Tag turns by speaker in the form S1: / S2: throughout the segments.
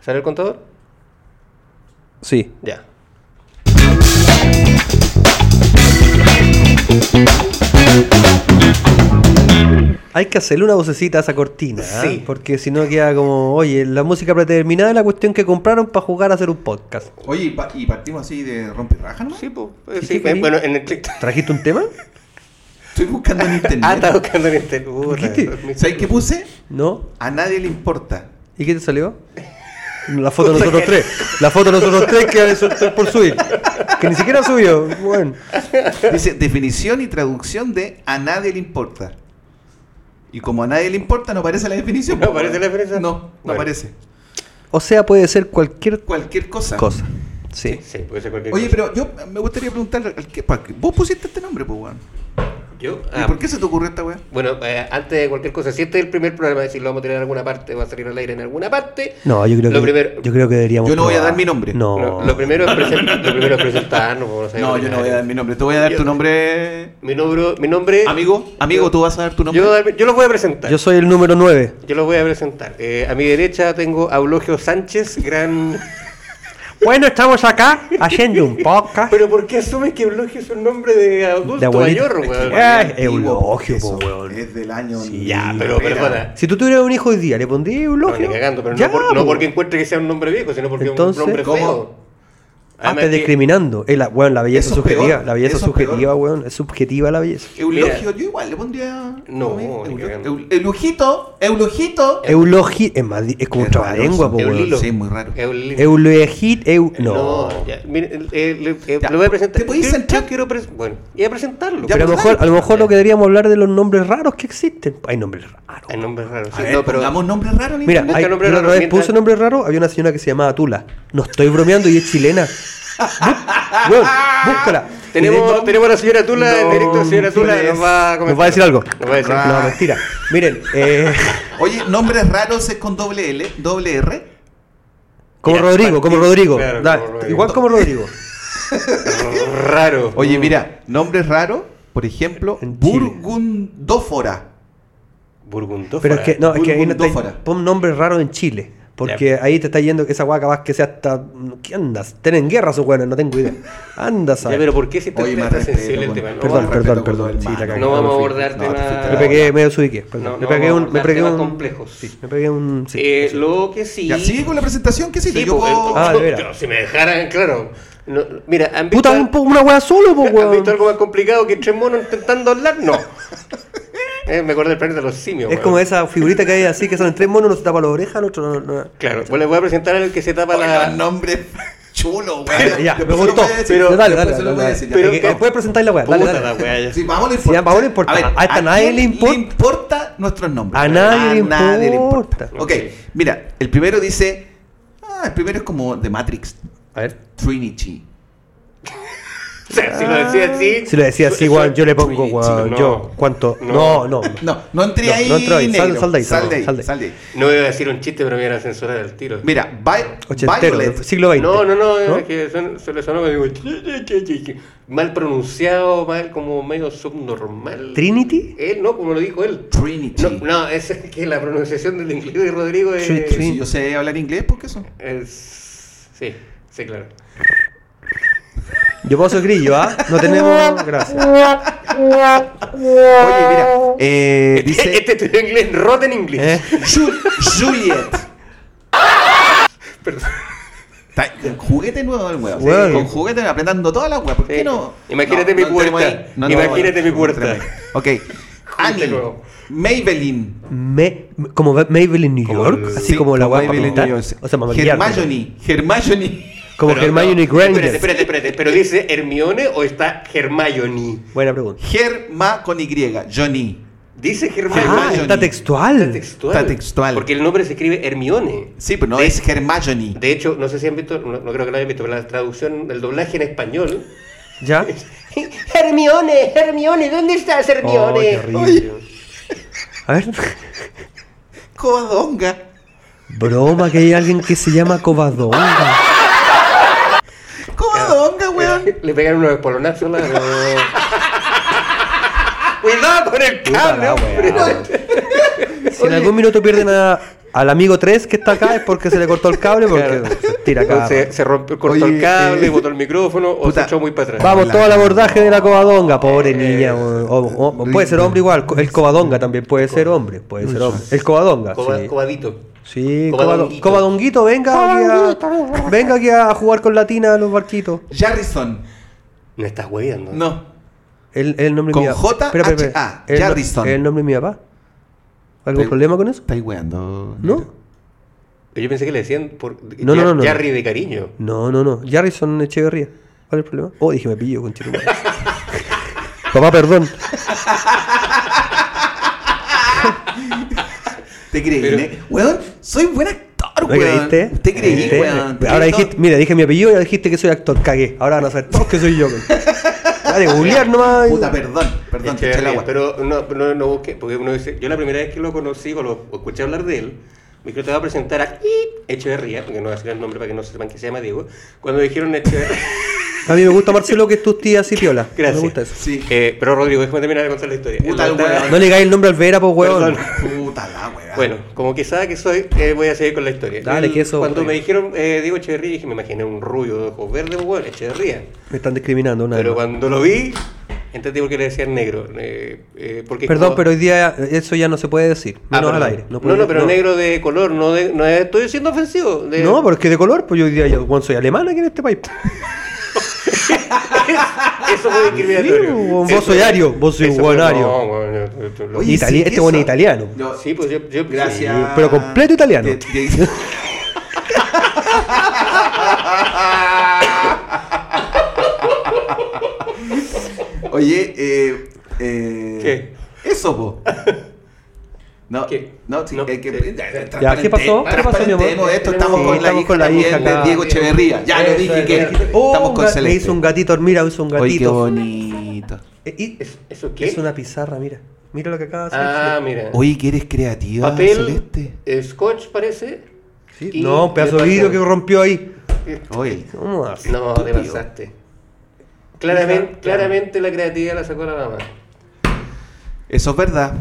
S1: ¿Sale el contador?
S2: Sí.
S1: Ya.
S2: Hay que hacerle una vocecita a esa cortina, ¿ah?
S1: Sí.
S2: porque si no queda como, oye, la música predeterminada es la cuestión que compraron para jugar a hacer un podcast.
S3: Oye, y, pa- y partimos así de romperraja, ¿no?
S1: Sí, pues. Sí,
S2: ¿Y qué querí?
S1: bueno, en el TikTok.
S2: ¿Trajiste un tema?
S3: Estoy buscando en internet.
S1: Ah, está buscando en internet. Puta,
S2: ¿Qué te-
S1: dormí.
S3: ¿Sabes qué puse?
S2: ¿No?
S3: A nadie le importa.
S2: ¿Y qué te salió? La foto de nosotros tres. La foto de nosotros tres que es por subir. Que ni siquiera subió. Bueno.
S3: Dice definición y traducción de a nadie le importa. Y como a nadie le importa, no aparece la definición.
S1: ¿No aparece la definición?
S3: No, no
S1: Bueno.
S3: aparece.
S2: O sea, puede ser cualquier
S3: Cualquier cosa.
S2: cosa. Sí.
S1: Sí, puede ser cualquier
S3: Oye,
S1: cosa.
S3: pero yo me gustaría preguntar, ¿al qué- para qué- ¿vos pusiste este nombre, pues, weón?
S1: Yo,
S3: ¿Y
S1: ah,
S3: por qué se te ocurrió esta weá?
S1: Bueno, eh, antes de cualquier cosa, si este es el primer programa, si lo vamos a tirar en alguna parte, va a salir al aire en alguna parte.
S2: No, yo creo
S1: lo
S2: que
S1: primero,
S2: yo creo que deberíamos.
S3: Yo no voy a
S2: probar.
S3: dar mi nombre.
S2: No.
S1: lo, lo primero es presen- lo primero es presentarnos. porque sabemos
S3: No, yo no voy a dar mi nombre. Te voy a dar
S1: Yo-
S3: tu nombre.
S1: Mi nombre, mi nombre
S3: Amigo, amigo,
S1: yo-
S3: tú vas a dar tu nombre.
S1: Yo, voy a dar- yo los voy a presentar.
S2: Yo
S1: Yo,
S2: soy el número 9.
S1: los voy a presentar. Eh, a mi derecha tengo a Eulogio Sánchez, gran.
S2: Bueno, estamos acá haciendo un podcast.
S1: Pero ¿por qué asumes que Eulogio es un nombre de adulto
S2: De abuelito.
S1: mayor,
S2: Es
S1: weón?
S2: que- Ah,
S3: Es antiguo,
S2: Eulogio,
S3: eso,
S2: po, weón.
S3: Es del año.
S2: Sí,
S1: Ya, pero
S3: Mira.
S1: perdona.
S2: Si tú tuvieras un hijo hoy día, ¿le pondrías un
S1: No, ni
S2: logio?
S1: cagando, pero
S2: Ya,
S1: no, por- no
S2: po.
S1: porque encuentre que sea un nombre viejo, sino porque es
S2: Entonces,
S1: un nombre
S3: ¿cómo?
S1: feo.
S2: Ah,
S1: Además
S2: estás
S1: que-
S2: discriminando. Es la, weón, la belleza
S3: Eso es
S2: subjetiva.
S3: peor.
S2: La belleza
S3: Eso es
S2: subjetiva,
S3: peor.
S2: weón. Es subjetiva la belleza.
S3: Eulogio,
S1: Mira.
S3: yo igual le pondría.
S1: No,
S3: ¿cómo es?
S1: ni
S3: Eulogio-
S1: cagando. Eh,
S3: Eul- Eulogio, Eulogio.
S2: Eulogio es, más di- es como un
S3: Es raro,
S2: trabalengua, po,
S3: sí.
S2: weón.
S1: Eulilo.
S3: Sí, muy raro.
S1: Eulilo.
S2: Eulogit, eu... No.
S1: ya, mire, el- el- el- el-
S3: Ya,
S1: lo voy a presentar.
S3: ¿te podéis
S1: Quiero-
S3: sentar?
S1: Quiero pres- bueno, voy a presentarlo.
S3: Ya,
S2: pero a lo
S3: pues,
S2: mejor,
S3: dale,
S2: a lo, mejor lo que deberíamos hablar de los nombres raros que existen. Hay nombres raros.
S1: El nombre es raro.
S3: A
S1: sí,
S3: ver,
S1: no, pero
S3: pongamos nombres raros en
S2: Mira,
S3: internet.
S2: hay, yo
S1: nombre
S2: la
S1: raro,
S2: otra vez
S1: mientras-
S2: puse nombre raro, había una señora que se llamaba Tula. No estoy bromeando y es chilena. Bu- weón, búscala.
S1: tenemos, tenemos a la señora Tula, en
S3: No,
S1: directo la señora Tula
S3: pues,
S1: nos va a comentar.
S2: ¿Nos va a decir algo?
S1: Nos va a decir.
S3: Ra-
S2: No, mentira. Miren, eh,
S3: Oye, nombres raros es con doble L, doble R.
S2: como
S1: Mira,
S2: Rodrigo, como
S1: claro,
S2: Rodrigo.
S1: como
S2: Da-
S1: Rodrigo.
S2: Igual como Rodrigo.
S1: Raro.
S3: Oye, mira, nombres raros, por ejemplo,
S2: En Chile.
S3: Burgundófora.
S1: Burgundófora.
S2: Pero es que, no, es que ahí no te,
S3: Burgundófora.
S2: pon nombres raros en Chile. Porque ahí te está yendo que esa guaca vas que sea hasta. ¿Qué andas? Tienen guerra su weones, no tengo idea. Andas
S1: Ya,
S2: a.
S1: pero ¿por qué si Este está
S3: Oye,
S1: tan
S3: más
S1: tan
S3: respeto,
S1: sensible el
S3: con-
S1: tema? No,
S2: Perdón,
S1: vamos-
S3: respeto
S2: perdón,
S3: con
S2: perdón.
S3: los
S2: Sí, la
S3: hermanos.
S2: cagué,
S1: no vamos a
S2: fui.
S1: abordar
S3: No,
S1: temas.
S3: te-
S2: Me pegué medio subique.
S1: No, ah, no
S2: me pegué
S1: vamos a
S2: un. Me
S1: abordar
S2: pegué
S1: temas
S2: un.
S1: complejos.
S2: Sí, me pegué un. Sí.
S1: Eh, Lo que sí.
S3: Ya, sigue con la presentación, ¿qué
S1: Sí,
S3: sigue? Yo
S1: pues,
S3: puedo-
S2: Ah, de veras.
S1: yo- si me dejaran, claro. No, mira, ¿han visto,
S2: Puta, un po- una weá solo, po,
S1: ¿han
S2: weón.
S1: visto algo más complicado que tres monos intentando hablar? No. Eh, me acuerdo del planeta de los simios.
S2: Es
S1: weón.
S2: como esa figurita que hay así, que son tres monos, uno se tapa la oreja, el otro no. no-
S1: Claro, bueno, les voy a presentar al que se tapa
S3: Oye,
S1: la.
S3: los nombres chulos, weón.
S2: Ya,
S3: Después
S2: me
S3: lo
S2: gustó.
S3: voy a decir,
S2: Pero, dale,
S3: después
S2: dale,
S3: se lo
S2: dale.
S3: voy a
S2: dale. Eh,
S3: decir, ya.
S1: Pero-
S2: Que-
S1: ¿qué?
S2: Después presentáis la weá. Dale,
S1: Puta
S2: dale.
S1: la wea, ya.
S3: Sí, vamos a lo
S2: Sí, vamos a lo importante.
S3: ver,
S2: A esta nadie
S3: quién
S2: le importa.
S3: importa nuestros nombres.
S2: A nadie le importa.
S3: Ok, mira, el primero dice. Ah, el primero es como The Matrix,
S2: A ver.
S3: Trinity.
S1: O sea, si lo
S2: Ah.
S1: decía así.
S2: Si lo decía así,
S1: Eso-
S2: weón, yo le pongo,
S3: Uy, sí,
S2: weón.
S1: no.
S2: Yo, ¿cuánto?
S1: No.
S2: No, no.
S3: No, no entré
S2: No,
S3: ahí.
S2: no entró ahí, sal-
S3: negro.
S2: sal de ahí,
S3: Sal de ahí,
S2: sal de ahí.
S3: sal de ahí.
S1: No voy a decir un chiste, pero me iban a censurar al tiro.
S3: Mira, Vi-
S2: Ochentero,
S3: Violet.
S2: del siglo XX.
S1: No, no, no, es que son- se le sonó como digo, mal pronunciado, mal como medio subnormal.
S2: ¿Trinity?
S1: Él, no, como lo dijo él.
S3: Trinity.
S1: No, no, es que la pronunciación del inglés de Rodrigo es.
S2: Trin- trin-
S3: Si yo sé hablar inglés, ¿por qué eso?
S1: es- sí, sí, claro.
S2: Yo paso el grillo, ¿ah? No tenemos. Gracias.
S3: Oye, mira, eh, dice
S1: Este estudió inglés, rotten inglés.
S2: Eh,
S3: Ju- Juliet.
S1: Perdón.
S3: Está- Juguete nuevo el weón.
S2: Weón.
S3: Con juguete apretando todas las weas. ¿Por
S1: Sí.
S3: qué no?
S1: Imagínate mi
S3: entremos
S1: puerta.
S3: ahí. entremos ahí.
S1: Imagínate mi puerta.
S3: entremos ahí. Ok. Annie.
S1: nuevo.
S3: Maybelline.
S2: Me, como Maybelline en New
S1: Como
S2: York,
S1: el-
S2: así
S3: Sí,
S2: como la guapa
S3: Maybelline
S2: militar.
S3: New York.
S2: O sea, mamallar.
S3: Hermione. Hermione.
S2: Como
S1: Pero
S2: Hermione
S1: no, Espérate,
S2: Granger.
S1: espérate, espérate. ¿Pero dice Hermione o está Hermione?
S2: Buena pregunta.
S3: Germa con Y. Johnny.
S1: Dice Hermione.
S2: Ah,
S3: Hermione.
S2: está textual.
S1: Está textual.
S3: Está textual.
S1: Porque el nombre se escribe Hermione.
S3: Sí, pero no
S1: De-
S3: es Hermione.
S1: De hecho, no sé si han visto, no, no creo que lo hayan visto, pero la traducción, el doblaje en español.
S2: ¿Ya?
S1: Hermione, Hermione, ¿dónde estás,
S2: Oh, qué
S1: Hermione?
S2: horrible. A ver.
S3: Codonga.
S2: Broma, que hay alguien que se llama Covadonga.
S3: Codonga, weón.
S1: eh, Le pegaron unos espolonazos. la- Cuidado con el
S2: Puta
S1: cable,
S2: la Ah,
S1: hombre.
S2: weá. Si en algún minuto pierden a Al amigo 3 que está acá es porque se le cortó el cable porque
S1: Claro.
S2: se tira acá.
S1: Se, se rompió, cortó
S3: Oye,
S1: el cable,
S3: eh,
S1: botó el micrófono o
S3: puta.
S1: se echó muy para atrás.
S2: Vamos,
S3: La- Eh,
S2: todo el abordaje de la cobadonga, pobre niña. weón. O- o- o puede ser hombre igual, co- el cobadonga también puede ser hombre, puede ser hombre. El cobadonga.
S1: Coba-
S2: sí.
S1: Cobadito.
S2: Sí,
S1: Cobadonguito.
S2: cobadonguito, cobadonguito venga, aquí a, venga aquí a jugar con Latina a los barquitos.
S3: Jarrison.
S1: No estás hueviando.
S3: No.
S2: El, el nombre de
S3: Con
S2: mi papá.
S3: J,
S2: Espera, espera, espera.
S3: H, A,
S2: El no-
S3: Jarrison.
S2: El nombre de mi papá. ¿Algún
S3: Pe-
S2: problema con eso?
S3: Estáis weando.
S2: ¿No?
S1: Yo pensé que le decían por
S2: No, no, no, no.
S1: Jerry de cariño.
S2: No, no, no. Jarrison Echeverría. ¿Cuál es el problema? Oh, dije, me pillo, conchetumare. Papá, perdón.
S3: ¿Te creí,
S1: Pero-
S3: eh? Weón, soy buen actor,
S2: ¿Me
S3: weón.
S2: creíste?
S3: ¿Te creí,
S2: ¿Viste?
S3: weón? ¿Te
S2: Ahora
S3: creí todo?
S2: dijiste, mira, dije mi apellido y ahora dijiste que soy actor. Cagué. Ahora van a saber todos que soy yo. weón. Dale, googlear nomás.
S3: Puta, perdón, perdón, te eché el
S1: Echeverría,
S3: agua.
S1: pero no, no, no busqué, porque uno dice, yo la primera vez que lo conocí o lo o escuché hablar de él, me dijo, te voy a presentar a Echeverría, porque no voy a decir el nombre para que no sepan que se llama Diego, cuando dijeron Echeverría,
S2: A mí me gusta Marcelo que es tu tía así piola.
S1: Gracias.
S2: Me gusta eso.
S3: Sí.
S1: Eh, pero Rodrigo, déjame terminar de contar la historia.
S3: Puta,
S1: Él andaba-
S3: weón.
S2: No le caes el nombre al Vera, pues huevón.
S1: Perdón.
S3: Puta la weá.
S1: Bueno, como quesada que soy, eh, voy a seguir con la historia.
S2: Dale,
S1: Él-
S2: que eso-
S1: Cuando me dijeron eh, Diego Echeverría, dije, me imaginé un rubio de ojos verdes, bueno, Echeverría.
S2: Me están discriminando una vez
S1: Pero
S2: más.
S1: cuando lo vi, entendí por qué le decían negro. eh, eh, porque es
S2: Perdón,
S1: como-
S2: pero hoy día eso ya no se puede decir.
S1: Ah,
S2: Menos al
S1: perdón.
S2: aire.
S1: No,
S2: puede-
S1: no, pero negro de color, no, de- no es- estoy siendo ofensivo. de-
S2: No, pero es que de color, pues yo hoy día yo weón, soy alemana aquí en este país.
S1: Eso fue discriminatorio.
S2: Sí, vos
S1: Eso-
S2: soy ario, vos soy
S1: eso fue-
S2: guanario.
S1: no, bueno, yo- yo- yo-
S2: Oye, Itali-
S3: sí,
S2: este bueno es
S3: eso.
S2: italiano.
S3: Yo-
S1: sí, pues yo, yo-
S3: Gracias.
S1: sí.
S2: pero completo italiano.
S3: Te- te- Oye, eh, eh, Eso, po. No,
S1: ¿Qué?
S3: no, sí,
S1: No,
S3: es que-
S1: sí.
S3: eh, transparente-
S2: ¿qué pasó? ¿Qué pasó, mi amor?
S3: transparentemos esto,
S1: Sí,
S3: estamos con la
S2: estamos
S3: hija,
S2: con la
S3: también
S2: hija acá.
S3: de Diego Echeverría. Ya lo
S2: Eso
S3: dije
S2: es,
S3: que
S2: ya dijiste, oh,
S3: estamos
S2: un
S3: con
S2: ga- Me
S3: Celeste.
S2: hizo un gatito, mira, hizo un
S3: Oye, qué
S2: gatito.
S3: bonito.
S2: Eh, y-
S1: ¿Es- ¿Eso qué?
S2: es una pizarra, mira. Mira lo que acaba de hacer.
S1: Ah, mira.
S3: Oye, que eres creativa,
S1: Papel,
S3: Celeste.
S1: scotch parece.
S2: Sí,
S1: y-
S2: No, un pedazo de vidrio que rompió ahí.
S3: Oye,
S2: ¿Cómo hace?
S1: No, te
S3: Estúpido.
S1: pasaste. Claramente, claramente la creatividad la sacó la mamá.
S3: eso es verdad.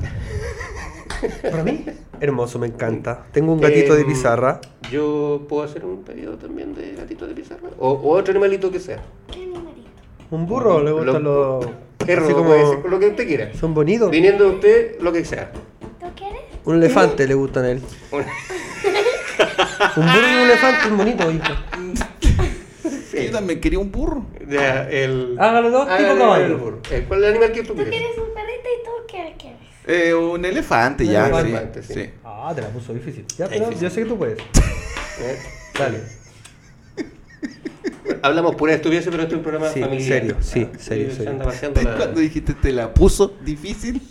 S2: ¿Para mí? Hermoso, me encanta. Tengo un gatito de
S1: Em,
S2: pizarra.
S1: Yo puedo hacer un pedido también de gatito de pizarra. O, o otro animalito que sea.
S2: ¿Un burro? Le gustan los.
S1: Perro,
S2: así como-
S1: puede ser, lo que usted quiera.
S2: Son bonitos.
S1: Viniendo de usted, lo que sea.
S4: ¿Tú quieres?
S2: Un elefante le gustan a él.
S1: Un-
S2: Un burro y un elefante, un bonito, hijo.
S3: Yo también quería un burro.
S1: Ya, el...
S2: Hágalo dos, tipo
S1: Hágale
S2: caballo.
S1: el burro. Eh, ¿Cuál es el animal que tú
S4: Tú
S1: quieres?
S4: quieres un perrito y tú qué quieres.
S3: Eh, un elefante ya.
S2: Un
S3: sí,
S1: elefante, sí.
S3: sí.
S2: Ah, te la puso difícil. Ya,
S1: Está
S2: pero
S1: difícil.
S2: yo sé que tú puedes.
S1: Eh,
S2: Dale.
S1: Hablamos pura estupidez, pero este es un programa
S2: Sí,
S1: familiar.
S2: serio, sí,
S1: Ah,
S2: serio,
S1: y se
S2: serio.
S1: anda paseando la-
S3: Cuando dijiste te la puso difícil.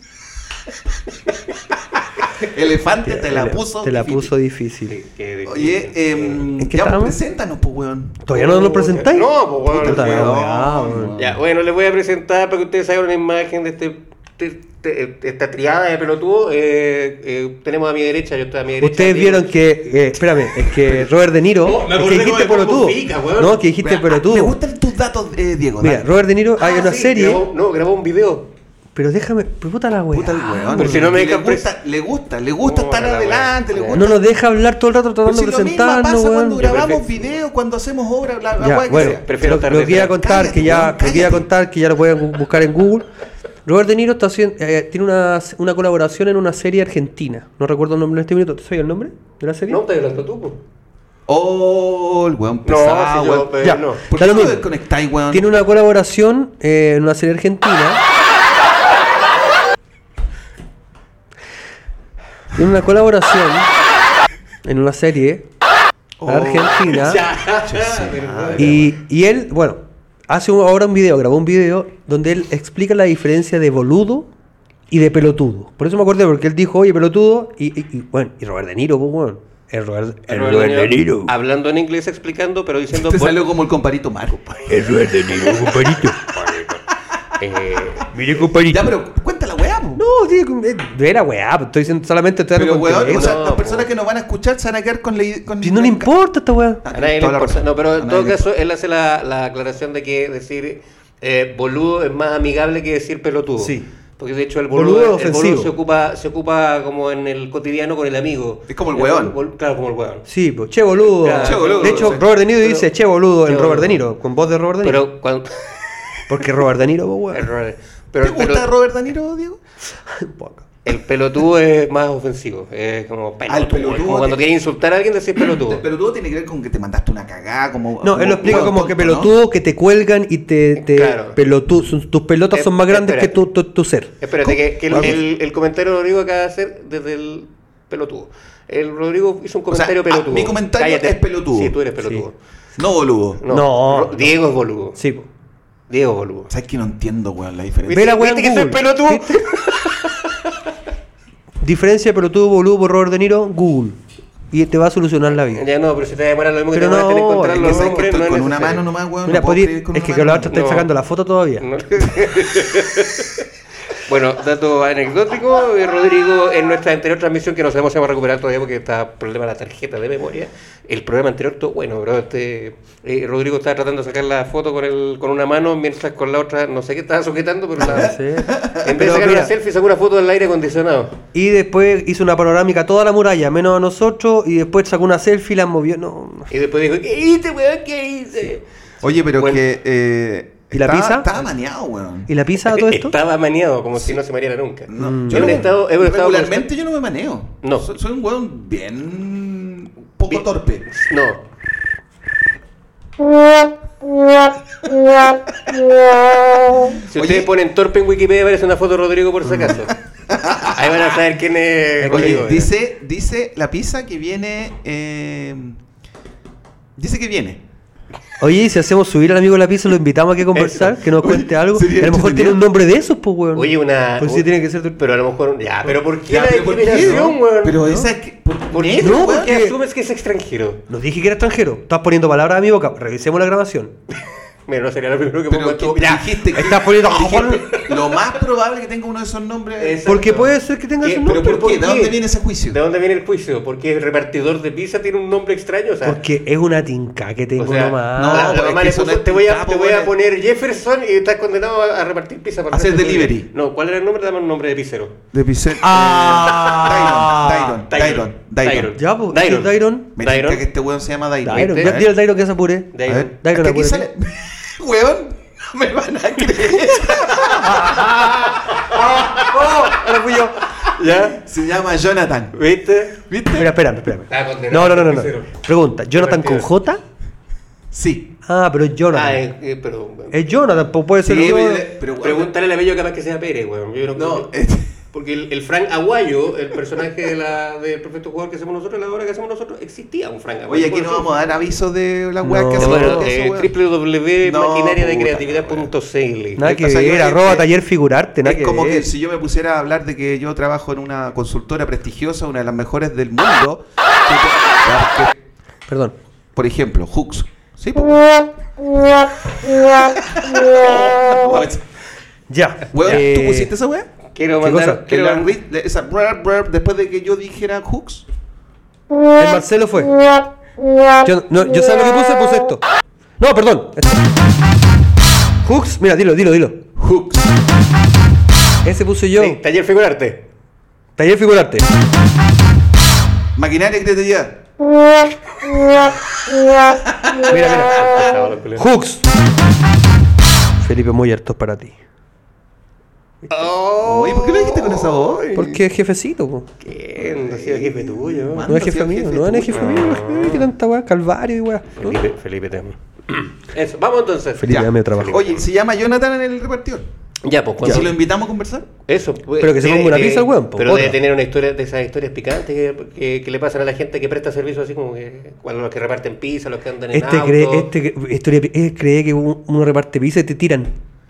S3: elefante te la puso.
S2: Te la
S3: difícil.
S2: puso difícil.
S1: Sí, qué difícil.
S3: Oye, eh,
S2: ¿En qué
S3: ya
S2: estábamos?
S3: preséntanos, pues, weón.
S2: ¿Todavía no nos
S1: Oh,
S2: presentáis?
S1: No, pues bueno.
S2: Puta la
S1: ya.
S2: weá, weón.
S1: Ya, bueno, les voy a presentar para que ustedes hagan una imagen de este, de- de- de esta triada de pelotudo. Eh, eh, tenemos a mi derecha, yo estoy a mi derecha.
S2: Ustedes
S1: Diego.
S2: vieron que, eh, espérame, es que Robert De Niro,
S1: No, me acordé
S2: es que dijiste
S1: cómo me
S2: pelotudo,
S1: pica, weón.
S2: no, que dijiste
S3: Weón, Ah,
S2: pelotudo.
S3: Me gustan tus datos, eh, Diego.
S2: Mira,
S3: dale.
S2: Robert De Niro, hay
S1: Ah,
S2: una
S1: sí,
S2: serie,
S1: grabó- no, grabó un video.
S2: pero déjame, pero puta la weá.
S3: Puta el weón.
S1: Pero si no me
S3: le
S1: dejan pres-
S3: gusta, le gusta, le gusta
S1: Oh,
S3: estar
S1: la weá.
S3: adelante, le
S1: No
S3: gusta.
S2: No nos deja hablar todo el rato
S3: Pero
S2: tratando
S3: si
S2: de
S3: lo mismo pasa
S2: presentarnos,
S3: cuando
S2: weón.
S3: grabamos
S1: Yo prefiero-
S3: videos, cuando hacemos obras, la, la
S2: Ya,
S3: weá que
S2: bueno,
S3: sea.
S1: Prefiero
S2: lo,
S1: estar
S2: lo que
S1: detrás.
S2: iba a contar,
S3: Cállate,
S2: que ya,
S3: weón,
S2: lo que iba a
S3: cállate.
S2: contar, que ya lo pueden bu- buscar en Google. Robert De Niro está haciendo, eh, tiene una, una colaboración en una serie argentina. No recuerdo el nombre en este minuto. ¿Tú sabes el nombre de la serie?
S1: No, te hablando tú. pues. po.
S3: Oh, el weón
S1: No,
S3: pesado,
S1: si yo,
S3: weón.
S1: pero
S2: Ya.
S1: no.
S3: ¿Por
S2: Da
S3: qué
S2: lo
S3: no
S2: mismo.
S3: desconectáis, weón?
S2: Tiene una colaboración eh, en una serie argentina. Tiene una colaboración en una serie
S3: Oh,
S1: Ya,
S2: argentina.
S3: ya.
S2: Y, y él, bueno, hace un- ahora un video, grabó un video donde él explica la diferencia de boludo y de pelotudo. Por eso me acordé, porque él dijo, oye, pelotudo, y, y- y, bueno, y Robert De Niro, pues, bueno. El Robert, el
S1: Robert
S2: Robert De Niro.
S1: Hablando en inglés, explicando, pero diciendo.
S3: Te
S1: bueno,
S3: salió como el comparito Marco. pues.
S2: El Robert De Niro, compadrito.
S1: eh,
S2: Mire, compadrito.
S3: Ya, pero cuenta la weá, po.
S2: No, tío, eh, era weá, pues, estoy diciendo solamente estoy dando
S3: Pero weón, o
S2: contexto.
S3: sea,
S1: No,
S3: las
S1: po.
S3: personas que nos van a escuchar se van a quedar con la i- con
S2: Si no le importa esta weá.
S3: Ah,
S1: a nadie le
S3: toda la
S1: importa.
S3: razón.
S1: No, pero
S3: A
S1: en
S3: nadie
S1: todo
S3: le
S1: caso, él hace la, la aclaración de que decir eh, boludo es más amigable que decir pelotudo.
S2: Sí.
S1: Porque de hecho el
S2: Boludo
S1: boludo,
S2: es
S1: el boludo
S2: ofensivo.
S1: se ocupa se ocupa como en el cotidiano con el amigo.
S3: Es como el hueón.
S1: bol- Claro, como el hueón.
S2: Sí, pues, che boludo.
S1: Claro. Che,
S3: boludo,
S2: de hecho,
S3: sí.
S2: Robert De Niro
S1: Pero-
S2: dice che boludo
S1: Che,
S2: en Robert
S1: boludo.
S2: De Niro, con voz de Robert De Niro.
S1: Pero cuando
S2: Porque Robert De Niro, pues, weón.
S1: pero, pero-
S3: ¿Te gusta Robert De Niro, Diego?
S2: Poca.
S1: el pelotudo es más ofensivo, es como
S3: Ah, el
S1: pelotudo,
S3: pelotudo
S1: como cuando
S3: te-
S1: quieres insultar a alguien decís pelotudo.
S3: Pero tú tiene que ver con que te mandaste una cagada, como...
S2: No, él lo explica
S3: hueón
S2: como que
S3: tonto, ¿no?
S2: pelotudo, que te cuelgan y te. te
S1: Claro.
S2: pelotu- sus- tus pelotas
S1: Eh,
S2: son más grandes
S1: espérate.
S2: que tu, tu, tu ser.
S1: Espérate, que, que el,
S3: Vamos.
S1: el- el comentario de Rodrigo acaba de hacer desde el pelotudo. El Rodrigo hizo un
S3: O sea,
S1: comentario
S3: ah,
S1: pelotudo.
S3: mi comentario es pelotudo.
S1: Sí, tú eres pelotudo.
S3: No, boludo.
S1: No,
S2: No.
S1: Ro- Diego es boludo.
S2: Sí, po.
S1: Diego es boludo.
S3: ¿Sabes que no entiendo, weón, la diferencia?
S2: Ve la
S1: ¿Viste-
S2: weá en
S1: viste que soy
S2: Google.
S1: pelotudo?
S2: ¿Viste? Diferencia pelotudo, boludo por Robert De Niro, Google. Y te va a solucionar la vida.
S1: Ya no, pero si te va a demorar lo mismo que
S2: Pero
S1: te demoraste en
S2: no,
S1: encontrar
S2: es
S3: Es que
S1: los
S3: sabes que
S1: nombres,
S3: estoy
S1: no es
S3: con una mano
S1: necesario.
S3: nomás, Ah, weón.
S2: Mira,
S3: no puedo
S2: podí-
S3: escribir con
S2: es
S3: una
S2: que
S3: mano.
S2: con la otra estáis
S1: No.
S2: sacando la foto todavía.
S1: No. bueno, dato anecdótico, eh, Rodrigo, en nuestra anterior transmisión, que no sabemos si vamos a recuperar todavía porque está problema de la tarjeta de memoria, el programa anterior, todo bueno, pero este, eh, Rodrigo estaba tratando de sacar la foto con, el, con una mano, mientras con la otra, no sé qué estaba sujetando, pero la,
S2: Ah, Sí.
S1: en vez de
S2: Pero
S1: sacar
S2: mira,
S1: una selfie, sacó una foto del aire acondicionado.
S2: Y después hizo una panorámica a toda la muralla, menos a nosotros, y después sacó una selfie y la movió. No.
S1: Y después dijo, ¿qué hice, weón? ¿Qué hice?
S3: Oye, pero
S1: Bueno.
S3: que... eh,
S2: ¿Y la
S3: estaba-
S2: pizza?
S3: Estaba maneado, weón.
S2: ¿Y la pizza a todo esto? Mm.
S1: Estaba maniado, como si no se mareara nunca.
S3: No,
S1: Yo he estado- he estado
S3: regularmente yo no me maneo.
S1: No.
S3: So- Soy, un weón bien... poco
S1: Bien-
S3: torpe.
S1: No, Si
S3: Oye. Mm.
S1: ustedes ponen torpe en Wikipedia, aparece una foto de Rodrigo por si acaso. Ahí van a saber quién es Rodrigo.
S3: Oye, dice, dice la pizza que viene... eh, dice que viene.
S2: Oye, y si hacemos subir al amigo la pizza, lo invitamos aquí a conversar,
S3: Eso.
S2: que nos
S3: Oye,
S2: cuente algo.
S3: sería
S2: A lo mejor tiene
S3: entretenido.
S2: un nombre de esos, pues, weón.
S1: Oye, una.
S2: Pues sí, tiene que ser.
S1: Pero a lo mejor. Ya, pero ¿por qué
S3: Ya,
S1: la
S3: pero ¿por qué,
S1: discriminación,
S3: no?
S1: weón?
S3: Pero
S1: ¿No?
S3: esa es que... ¿Por,
S1: ¿Por
S3: qué,
S1: qué?
S2: no?
S1: No,
S2: ¿Por
S1: porque
S2: qué?
S1: asumes que es extranjero.
S2: Nos dije que era extranjero. Estás poniendo palabras a mi boca. Revisemos la grabación.
S1: Mira, no sería lo primero que pongo en
S3: Pero
S1: tu.
S3: que
S1: Ya.
S3: dijiste que...
S2: Estás poniendo-
S3: dijiste, lo más probable es que tenga uno de esos nombres...
S1: Exacto.
S2: Porque puede ser que tengas
S1: ¿Qué?
S2: un
S3: ¿Pero
S2: nombre.
S3: por qué? ¿De dónde viene ese juicio?
S1: ¿De dónde viene el juicio? Porque el repartidor de pizza tiene un nombre extraño, o sea.
S2: Porque es una tinca que
S1: o
S2: tengo
S1: sea,
S2: nomás.
S1: la- la
S3: No,
S1: mamá
S3: pues, es que
S1: le
S3: eso
S1: puso,
S3: no es
S1: te voy a,
S3: pintapo,
S1: te voy a
S3: weón.
S1: poner Jefferson y estás condenado a, a repartir pizza para el
S3: Hacer
S1: resto de tu
S3: delivery.
S1: vida". No, ¿cuál era el nombre? Dame un nombre de pizzero.
S3: De Vicente.
S2: Ah.
S1: Ah.
S3: Dairon, Dairon, Dairon, Dairon.
S2: Ya, pues, ¿qué es Dairon?
S3: Me
S1: Dairon.
S3: tinca que este weón se llama Dairon.
S2: Dairon.
S1: ¿Viste?
S2: Ya, Dile al Dairon que se apure.
S1: Dairon.
S3: A ver,
S2: Dairon,
S3: es que aquí
S2: apúrate.
S3: sale... weón, no me van a creer.
S1: ¡Oh!
S2: Ahora fui yo.
S1: ¿Ya?
S3: Se llama Jonathan.
S1: ¿Viste?
S3: ¿Viste?
S2: Mira, espérame, espérame.
S1: Está condenado
S2: No, no, no, no. no.
S1: cero.
S2: Pregunta, ¿Jonathan con J?
S3: Sí.
S2: Ah, pero es
S1: Ah,
S2: Jonathan.
S1: eh, eh, pero. bueno.
S2: Es Jonathan, pues puede ser.
S3: Sí,
S2: yo-
S3: pero- pero weón,
S1: Pregúntale a la Bello capaz que sea Pérez, weón. Yo
S3: No,
S1: creo-
S3: es-
S1: Porque el, el Frank Aguayo, el personaje de la, del perfecto jugador que hacemos nosotros, la obra que hacemos nosotros, existía un Frank Aguayo.
S3: Oye, aquí no vamos a dar avisos de las weas
S2: No.
S3: que
S1: Bueno,
S3: hacemos.
S2: Bueno,
S3: porque
S1: eh,
S3: eso, weón.
S1: www.maquinariadecreatividad.cl
S2: Nada que
S3: pasa que
S2: ver,
S3: yo-
S2: arroba
S3: eh,
S2: taller figurarte, nada
S3: Es
S2: que
S3: como que
S2: ver.
S3: si yo me pusiera a hablar de que yo trabajo en una consultora prestigiosa, una de las mejores del mundo, que- que-
S2: Perdón.
S3: por ejemplo, Hooks. Sí, po.
S2: Ya.
S3: Weón,
S2: Eh,
S3: ¿tú pusiste esa wea?
S1: Quiero
S2: ¿Qué
S1: mandar.
S2: cosa?
S1: Quiero,
S3: La ri- la- esa brr, brr, después de que yo dijera Hooks.
S2: El Marcelo fue. Yo, no, yo sé lo que puse, puse esto. No, perdón. Hooks, mira, dilo, dilo, dilo.
S3: Hooks.
S2: Ese puse yo.
S1: Sí, taller figurarte.
S2: Taller figurarte.
S3: Maquinaria y creatividad.
S2: Mira,
S1: Ah.
S2: mira. Hooks. Felipe Moyer, esto es para ti.
S1: Oh.
S3: Oye, ¿por qué lo dijiste con esa voz?
S2: Porque es jefecito, po.
S1: ¿Quién? No ha sido jefe tuyo.
S2: No es
S3: Sí,
S2: jefe
S3: es
S2: mío,
S3: jefe
S2: no es
S3: tuyo.
S2: jefe mío. Ay, Qué tanta weá, calvario y weá.
S1: Felipe, Felipe también. Eso, vamos entonces.
S2: Felipe,
S1: Ya.
S2: dame trabajo.
S3: Oye, se llama Jonathan en el repartidor.
S1: Ya, pues
S3: ¿Y
S1: cuando
S3: si lo invitamos a conversar?
S1: Eso, pues,
S2: Pero que se
S1: debe-
S2: ponga una
S1: debe-
S2: pizza el weón, po,
S1: Pero
S2: otra.
S1: debe tener una historia de esas historias picantes que, que- que le pasan a la gente que presta servicio así como que. Cuando los que reparten pizza, los que andan en
S2: Este
S1: auto.
S2: cree, este cre- historia pi- eh, cree que un- uno reparte pizza y te tiran.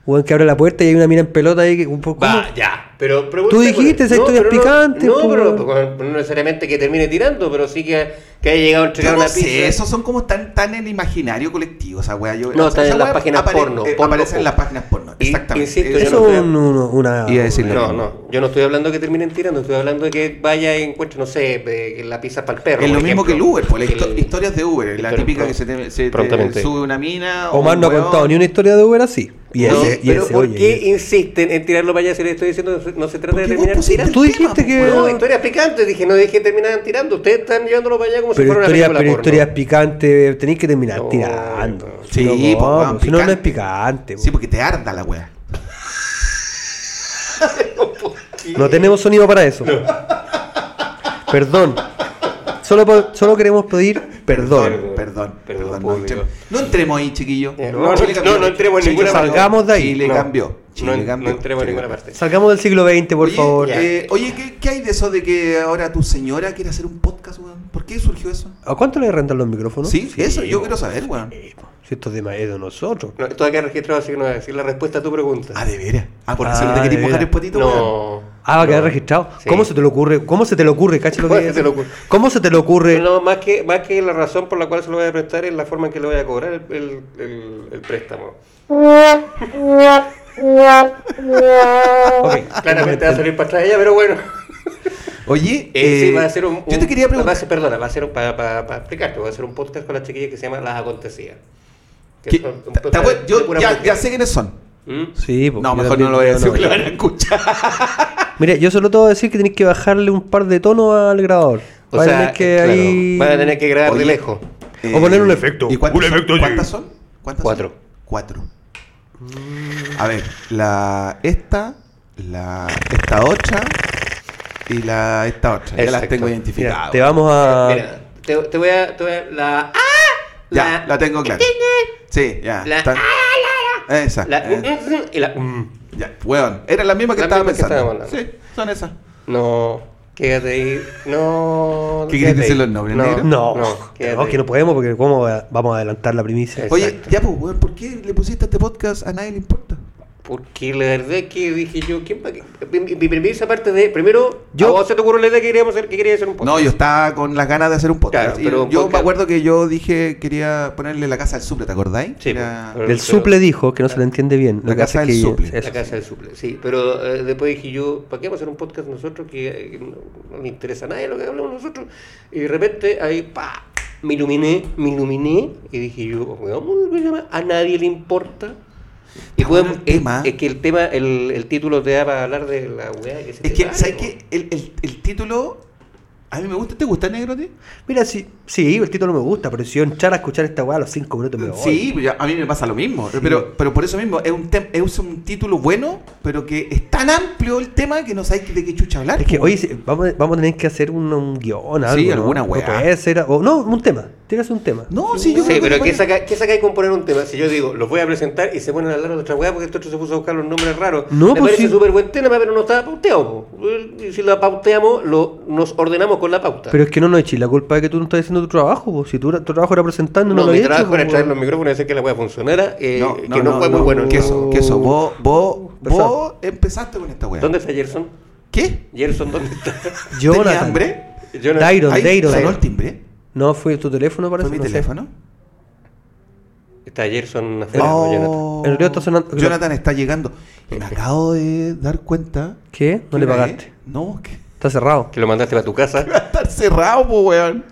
S2: Weón que abre la puerta y hay una mina en pelota ahí que. ¿cómo?
S1: Va, ya. Pero pregunta,
S2: Tú dijiste esas
S1: no,
S2: historias
S1: pero no-
S2: picantes,
S1: No,
S2: po,
S1: pero
S2: weón.
S1: pues, no necesariamente que termine tirando, pero sí que, que haya llegado a
S3: Yo
S1: entregar
S3: no
S1: una
S3: sé,
S1: pizza.
S3: esos son como tan, tan en el imaginario colectivo, esa wea. Yo,
S1: No,
S3: esa-
S1: están en
S3: esa
S1: las
S3: wea
S1: páginas
S3: apare-
S1: porno,
S3: eh,
S1: porno,
S3: aparecen en
S1: porno.
S3: las páginas porno,
S1: Y-
S3: exactamente.
S1: insisto,
S3: Eso-
S1: yo
S2: Eso
S1: no
S2: es
S1: creo.
S2: un- uno- una.
S3: Iba a decir-
S1: No, no, yo no estoy hablando que terminen tirando, estoy hablando de que vaya y encuentre, no sé, de- que la pizza para el perro.
S3: es lo
S1: por
S3: mismo que el
S1: ejemplo.
S3: Uber, por las
S1: Que
S3: histo-
S1: el-
S3: historias de Uber, la
S1: Historia-
S3: típica
S1: pro-
S3: que se te, se te
S1: prontamente.
S3: sube una mina. o
S2: Omar
S3: un
S2: no ha
S3: weón.
S2: contado ni una historia de Uber así. Y
S1: No,
S2: ese, y
S1: pero
S2: ese,
S1: ¿por
S2: oye,
S1: qué
S2: y ese.
S1: insisten en tirarlo para allá? Si le estoy diciendo, no se- no se trata de
S3: Porque
S1: terminar
S3: vos pusiste
S1: tirando.
S2: Tú
S3: el tema,
S2: dijiste
S3: po,
S2: que-
S3: weón.
S1: No, historias picantes, dije, no dije que terminaran tirando. Ustedes están llevándolo para allá como si
S2: Pero
S1: fuera una
S2: historias
S1: película
S2: pero
S1: porno.
S2: historias picantes tenéis que terminar
S1: No,
S2: tirando.
S1: no.
S3: Sí,
S2: no,
S3: pues,
S2: po,
S3: weón,
S2: si no, no es
S3: picante.
S2: picante. pues. po.
S3: Sí, porque te arda la weá.
S1: pues,
S2: No tenemos sonido para eso. Perdón. Solo, po- solo queremos pedir perdón.
S3: Perdón, perdón,
S1: Perdón,
S3: perdón, no,
S1: público.
S3: entremos, no entremos ahí, chiquillo.
S1: Eh, no, no, no, no entremos en
S3: Chile
S1: ninguna parte.
S3: cambió,
S2: Salgamos de ahí.
S3: Chile
S1: No,
S3: cambió. Chile
S1: no,
S3: cambió.
S1: no entremos en
S3: Chile
S1: ninguna
S3: cambió.
S1: parte.
S2: Salgamos del siglo XX, por
S3: Oye,
S2: favor.
S3: eh, oye, ¿qué, qué hay de eso de que ahora tu señora quiere hacer un podcast, weón? ¿Por qué surgió eso?
S2: ¿A cuánto le rentan los micrófonos?
S3: Sí, eso yo
S2: po.
S3: quiero saber, weón.
S2: Sí, po. Si esto es de Maedo nosotros.
S1: No, esto acá registrado, así que no voy a decir la respuesta a tu pregunta.
S3: Ah, de veras. Ah, por
S2: Ah,
S3: eso no te
S2: de
S3: querías mojar
S2: veras.
S3: el potito, weón.
S1: no.
S2: Ah, va a quedar
S1: No.
S2: registrado.
S1: Sí.
S2: ¿Cómo se te le ocurre? ¿Cómo se te le ocurre? Cacha lo
S1: ¿Cómo
S2: que-
S1: se te le ocurre?
S2: ¿Cómo se te le ocurre?
S1: No, más que, más que la razón por la cual se lo voy a prestar es la forma en que le voy a cobrar el, el- el- el préstamo.
S2: Ok.
S3: Ah.
S1: Claramente va a salir para atrás ella, pero bueno.
S3: Oye,
S1: Eh, sí,
S3: eh,
S1: va a ser un,
S3: yo
S1: un-
S3: te quería
S1: va a
S3: preguntar.
S1: ser- perdona, va a ser un, para, para, para explicarte, va a ser un podcast con las chiquillas que se llama Las Acontecidas. Que
S3: ¿qué-
S1: son un
S3: ¿te- te
S1: podcast
S3: acuerdas?
S1: de
S3: Yo
S1: puras
S3: ya,
S1: mujeres.
S3: ya sé quiénes son.
S1: ¿Mm?
S2: Sí, po,
S3: No,
S2: yo
S3: mejor
S2: también-
S3: no lo voy a
S2: yo
S3: decir, porque lo
S2: voy a-
S3: van a escuchar.
S2: Mira, yo solo te voy a decir que tenés que bajarle un par de tonos al grabador.
S1: O
S2: Vas a
S3: eh,
S1: sea, eh,
S2: tener que
S1: claro,
S2: ahí-
S1: van a tener que grabar de
S3: Oye.
S1: lejos.
S2: O poner un efecto,
S3: Eh, ¿Y cuántas,
S2: un
S3: son?
S2: efecto allí.
S3: ¿Cuántas son? ¿Cuántas son?
S1: Cuatro.
S3: Cuatro. A ver, la esta, la esta otra y la esta otra. Ya las
S1: Exacto.
S3: tengo
S2: Mira,
S3: identificadas.
S2: te vamos a.
S3: ah.
S1: Mira, te, te voy a, te voy a- la,
S3: ya, la,
S1: la-
S3: tengo clara. Sí, ya.
S1: La- Ah,
S3: están- Esa.
S1: la-
S3: eh,
S1: y la mm.
S3: ya, weón. Era la misma que
S1: La
S3: estaba
S1: misma que
S3: pensando.
S1: estábamos hablando.
S3: sí, son esas.
S1: No, quédate ahí. No.
S3: ¿Qué
S1: quédate
S3: querés decir
S1: ahí.
S3: los nombres,
S1: no,
S3: negro?
S2: No,
S1: No, quédate
S2: no, que
S1: ahí.
S2: no podemos porque ¿cómo va- vamos a adelantar la primicia?
S1: Es-
S3: Oye,
S1: Exacto.
S3: ya, pues, weón, ¿por qué le pusiste a este podcast a nadie le importa?
S1: Porque la verdad es que dije yo, ¿quién va a- mi, mi- mi premisa parte de, primero,
S2: Yo-
S1: a vos se te ocurrió la idea que queríamos hacer, que querías hacer un podcast.
S3: No, yo estaba con las ganas de hacer un podcast.
S1: Claro,
S3: Y
S1: pero un
S3: yo me
S1: podcast-
S3: acuerdo que yo dije quería ponerle la casa al suple, ¿te acordáis?
S1: Sí, pues,
S3: Era-
S1: pero-
S2: el suple dijo que no se le entiende bien. Lo
S3: La
S2: que
S3: casa
S2: pasa es
S3: del
S2: que-
S3: suple.
S1: La
S2: eso.
S1: casa del suple, sí. Pero eh, después dije yo, ¿para qué vamos a hacer un podcast nosotros que eh, no, no le interesa a nadie lo que hablamos nosotros? Y de repente ahí, pa, me iluminé, me iluminé y dije yo, weón, ¿qué se llama? a nadie le importa. Y
S3: Está
S1: podemos-
S3: bueno el
S1: es,
S3: tema.
S1: es que el tema, el, el título te da para hablar de la weá que se
S3: Es
S1: te
S3: que,
S1: da,
S3: ¿sabes
S1: ¿no?
S3: qué? El, el, el título. A mí me gusta. ¿Te gusta, negro, tío?
S2: Mira, sí, sí, el título me gusta, pero si yo entrar a escuchar esta weá a los 5 minutos me voy.
S3: Sí, pues ya- a mí me pasa lo mismo. Pero, pero por eso mismo, es un, tem- es un título bueno, pero que es tan amplio el tema que no sabes de qué chucha hablar.
S2: Es que, oye, sí, vamos, vamos a tener que hacer un, un guión, algo.
S3: Sí,
S2: ¿no?
S3: alguna
S2: No
S3: weá.
S2: puede ser, o, no, un tema. Tienes un tema.
S3: No, sí, yo
S1: sí,
S3: creo
S1: pero
S3: que.
S1: ¿qué
S3: le
S1: saca- ¿qué sacáis con poner un tema? Si yo digo, los voy a presentar y se ponen a hablar de otra weá porque este otro se puso a buscar los nombres raros.
S2: No,
S1: Me
S2: pues
S1: parece
S2: sí.
S1: súper buen tema, pero no estaba pauteado. po. Y Si lo pauteamos, lo, nos ordenamos con la pauta.
S2: Pero es que no, no eches la culpa es que tú no estás haciendo tu trabajo, po. si tu, tu trabajo era presentando,
S1: no,
S2: no, lo
S1: mi
S2: habías
S1: trabajo
S2: hecho,
S1: era
S2: po,
S1: traer los
S2: weón.
S1: micrófonos y hacer que la weá funcionara, eh,
S3: No,
S1: que
S3: no,
S1: no,
S3: no,
S1: fue muy
S3: no,
S1: bueno.
S3: Que eso, que eso. Vos, vos,
S2: Pesado.
S3: vos empezaste con esta weá.
S1: ¿Dónde está Gerson?
S3: ¿Qué?
S1: Gerson, ¿dónde está?
S3: ¿Tenía
S2: Jonathan.
S3: hambre?
S1: Yo no-
S2: Dairon,
S3: Ahí
S2: Dairon.
S3: sonó el timbre.
S2: No, fue tu teléfono, parece.
S3: ¿Fue mi
S2: no sé.
S3: teléfono?
S1: Está Gerson afuera, no, Jonathan.
S3: Oh.
S2: pues, El río está sonando-
S3: Jonathan está llegando. Y me acabo de dar cuenta.
S2: ¿Qué? No
S3: que
S2: le
S3: la- E
S2: pagaste.
S3: No, que
S2: Está cerrado.
S1: Que lo mandaste para tu
S3: va
S1: casa.
S3: a estar cerrado, po, weón.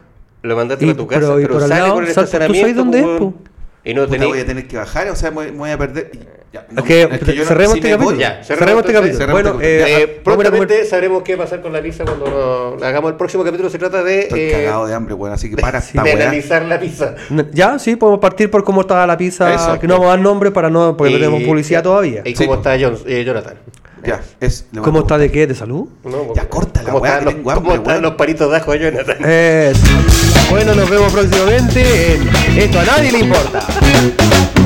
S1: Lo mandaste
S2: Y-
S1: para tu casa,
S2: pero-
S1: pero,
S2: y por al
S1: sale
S2: lado,
S1: con el
S2: sal- ¿tú sabes
S1: estacionamiento.
S2: dónde es,
S1: po, weón.
S2: po?
S1: Y no
S3: Puta,
S1: tenés...
S3: voy a tener que bajar, o sea, me, me voy a perder. y- ya, no,
S2: Es que,
S3: es que yo no-
S2: cerremos
S3: si
S2: este
S3: me
S2: capítulo.
S3: voy,
S1: ya, cerremos
S2: cerremos este
S1: entonces,
S2: capítulo.
S3: cerremos
S2: Bueno,
S3: este
S2: eh,
S1: Eh,
S2: vamos a comer-
S1: prontamente sabremos qué va a pasar con la pizza cuando no- hagamos el próximo capítulo. Se trata de,
S3: Estoy
S1: eh,
S3: cagado de hambre, weón, así que para
S1: de
S3: esta weá.
S1: analizar la pizza.
S2: Ya, sí, podemos partir por cómo estaba la pizza.
S3: Eso.
S2: que no vamos a dar nombre para no, porque no
S1: Y- eh,
S2: tenemos publicidad todavía.
S1: ¿Y
S3: Sí,
S1: cómo
S3: po.
S1: está Jones- eh, Jonathan?
S3: Ya, es. le voy a
S2: ¿Cómo está
S3: preguntar.
S2: de qué? ¿De salud?
S1: No,
S3: Ya, corta la
S1: ¿Cómo
S3: weá,
S1: están
S3: que
S1: los-
S3: tengo hambre,
S1: ¿Cómo están
S3: weón?
S1: los paritos de ajo de Jonathan?
S2: Eso. Bueno, nos vemos próximamente en Esto a nadie le importa.